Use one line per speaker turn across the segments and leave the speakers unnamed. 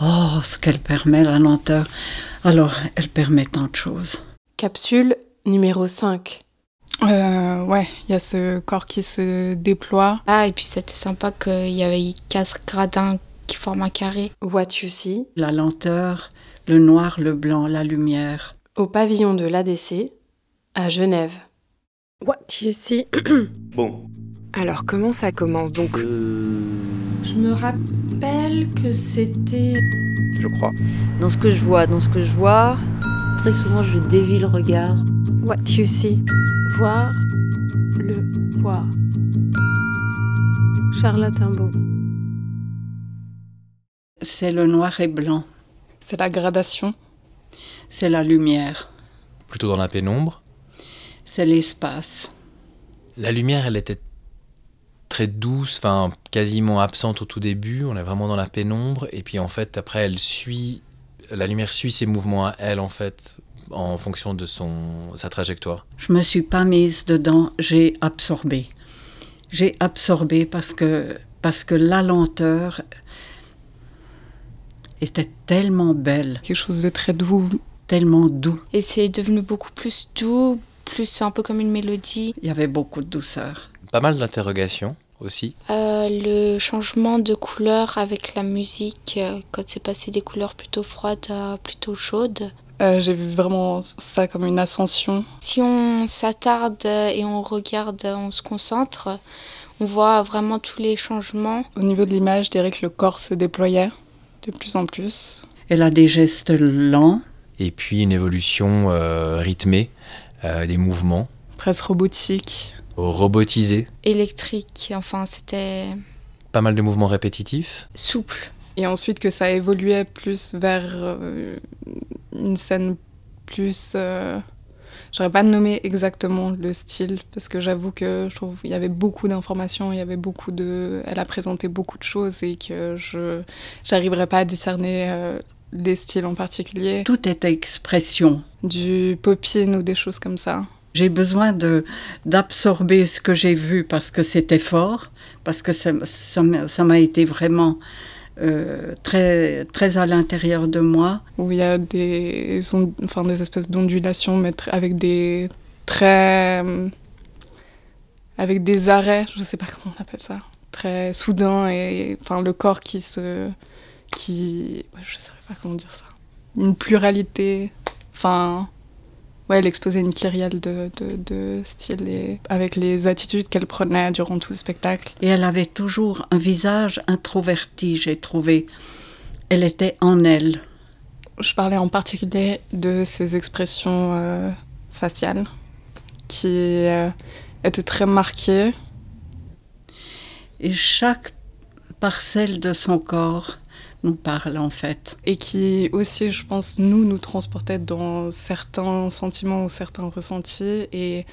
Oh, ce qu'elle permet, la lenteur. Alors, elle permet tant de choses.
Capsule numéro 5.
Euh, ouais, il y a ce corps qui se déploie.
Ah, et puis c'était sympa qu'il y avait quatre gradins qui forment un carré.
What you see.
La lenteur, le noir, le blanc, la lumière.
Au pavillon de l'ADC, à Genève.
What you see.
Bon.
Alors comment ça commence donc
Je me rappelle que c'était.
Je crois.
Dans ce que je vois, dans ce que je vois, très souvent je dévie le regard.
What you see.
Voir, le voir.
Charlotte Imbeau.
C'est le noir et blanc.
C'est la gradation.
C'est la lumière.
Plutôt dans la pénombre.
C'est l'espace.
La lumière, elle était très douce, enfin quasiment absente au tout début. On est vraiment dans la pénombre. Et puis en fait, après, elle suit. La lumière suit ses mouvements à elle, en fait, en fonction de son, sa trajectoire.
Je me suis pas mise dedans, j'ai absorbé. J'ai absorbé parce que, parce que la lenteur était tellement belle,
Quelque chose de très doux.
tellement doux.
Et c'est devenu beaucoup plus doux, plus un peu comme une mélodie.
Il y avait beaucoup de douceur.
Pas mal d'interrogations aussi.
Euh, le changement de couleur avec la musique, euh, quand c'est passé des couleurs plutôt froides à plutôt chaudes.
Euh, J'ai vu vraiment ça comme une ascension.
Si on s'attarde et on regarde, on se concentre, on voit vraiment tous les changements.
Au niveau de l'image, je dirais que le corps se déployait de plus en plus.
Elle a des gestes lents,
Et puis une évolution euh, rythmée euh, des mouvements,
Presque robotique.
robotisés.
Électrique, enfin c'était
Pas mal de mouvements répétitifs.
souple.
Et ensuite que ça évoluait plus vers euh, une scène plus... euh, J'aurais pas nommé exactement le style, parce que j'avoue que je trouve qu'il y avait beaucoup d'informations, il y avait beaucoup de... Elle a présenté beaucoup de choses et que je j'arriverais pas à discerner euh, des styles en particulier,
tout était expression.
du popping ou des choses comme ça.
J'ai besoin de d'absorber ce que j'ai vu parce que c'était fort, parce que ça ça m'a ça m'a été vraiment euh, très très à l'intérieur de moi.
où il y a des, on- enfin, des espèces d'ondulations mais tr- avec des très avec des arrêts, je sais pas comment on appelle ça, très soudains et enfin le corps qui se qui ouais, je sais pas comment dire ça, une pluralité, enfin ouais, elle exposait une kyrielle de, de, de styles et avec les attitudes qu'elle prenait durant tout le spectacle.
Et elle avait toujours un visage introverti, j'ai trouvé. Elle était en elle.
Je parlais en particulier de ses expressions euh, faciales qui euh, étaient très marquées.
Et chaque parcelle de son corps nous parle en fait.
et qui aussi, je pense, nous, nous transportait dans certains sentiments ou certains ressentis. Et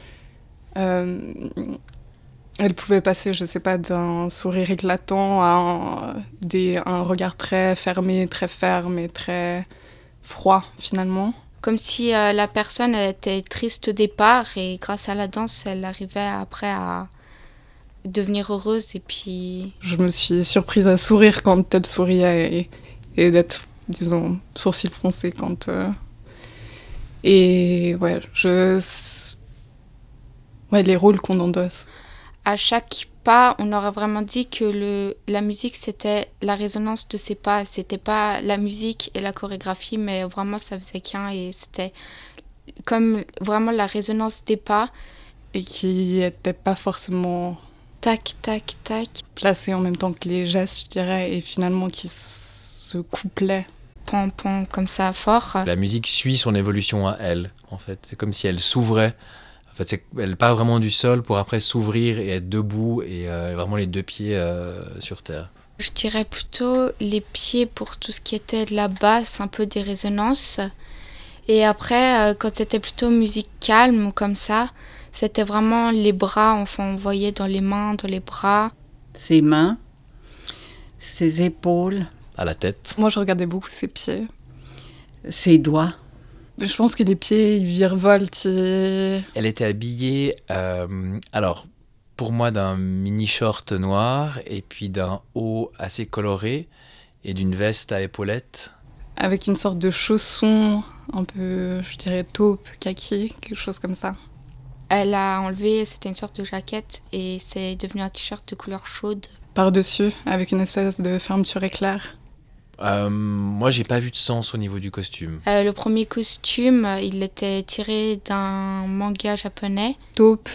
euh, elle pouvait passer, je sais pas, d'un sourire éclatant à un, des- un regard très fermé, très ferme et très froid, finalement.
Comme si euh, la personne elle était triste au départ et grâce à la danse elle arrivait après à devenir heureuse et puis
Je me suis surprise à sourire quand elle souriait et, et d'être, disons, sourcil foncé quand. euh, Et ouais, je. Ouais, les rôles qu'on endosse.
à chaque pas, on aurait vraiment dit que le, la musique, c'était la résonance de ses pas. C'était pas la musique et la chorégraphie, mais vraiment, ça faisait qu'un. Et c'était comme vraiment la résonance des pas.
et qui n'étaient pas forcément
Tac, tac, tac.
placés en même temps que les gestes, je dirais, et finalement qui s- se couplaient.
Pan, pan, comme ça, fort.
La musique suit son évolution à elle, en fait. C'est comme si elle s'ouvrait. En fait, c'est- elle part vraiment du sol pour après s'ouvrir et être debout et euh, vraiment les deux pieds euh, sur terre.
Je dirais plutôt les pieds pour tout ce qui était de la basse, un peu des résonances. Et après, euh, quand c'était plutôt musique calme ou comme ça, c'était vraiment les bras. Enfin, on voyait dans les mains, dans les bras.
Ses mains, ses épaules,
À la tête.
Moi, je regardais beaucoup ses pieds.
ses doigts.
Mais Je pense que les pieds, ils virevoltent. et-
Elle était habillée, euh, alors, pour moi, d'un mini short noir et puis d'un haut assez coloré et d'une veste à épaulettes.
Avec une sorte de chausson un peu, je dirais, taupe, kaki, quelque chose comme ça.
Elle a enlevé, c'était une sorte de jaquette et c'est devenu un t-shirt de couleur chaude.
Par-dessus, avec une espèce de fermeture éclair.
Euh, moi, j'ai pas vu de sens au niveau du costume.
Euh, le premier costume, il était tiré d'un manga japonais.
Taupe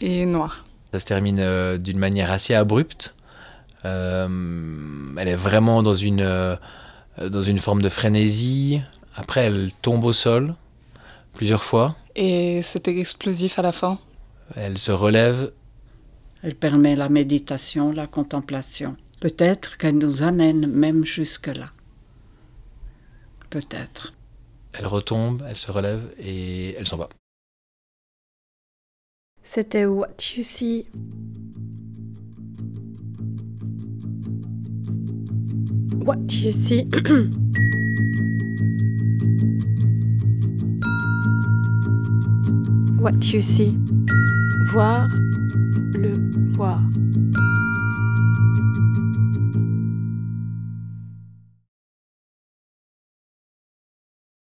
et noir.
Ça se termine euh, d'une manière assez abrupte. Euh, elle est vraiment dans une, euh, dans une forme de frénésie. Après, elle tombe au sol plusieurs fois.
Et c'était explosif à la fin.
Elle se relève.
Elle permet la méditation, la contemplation. Peut-être qu'elle nous amène même jusque-là. Peut-être.
Elle retombe, elle se relève et elle s'en va.
C'était What You See. What You See. What You See.
Voir, le voir.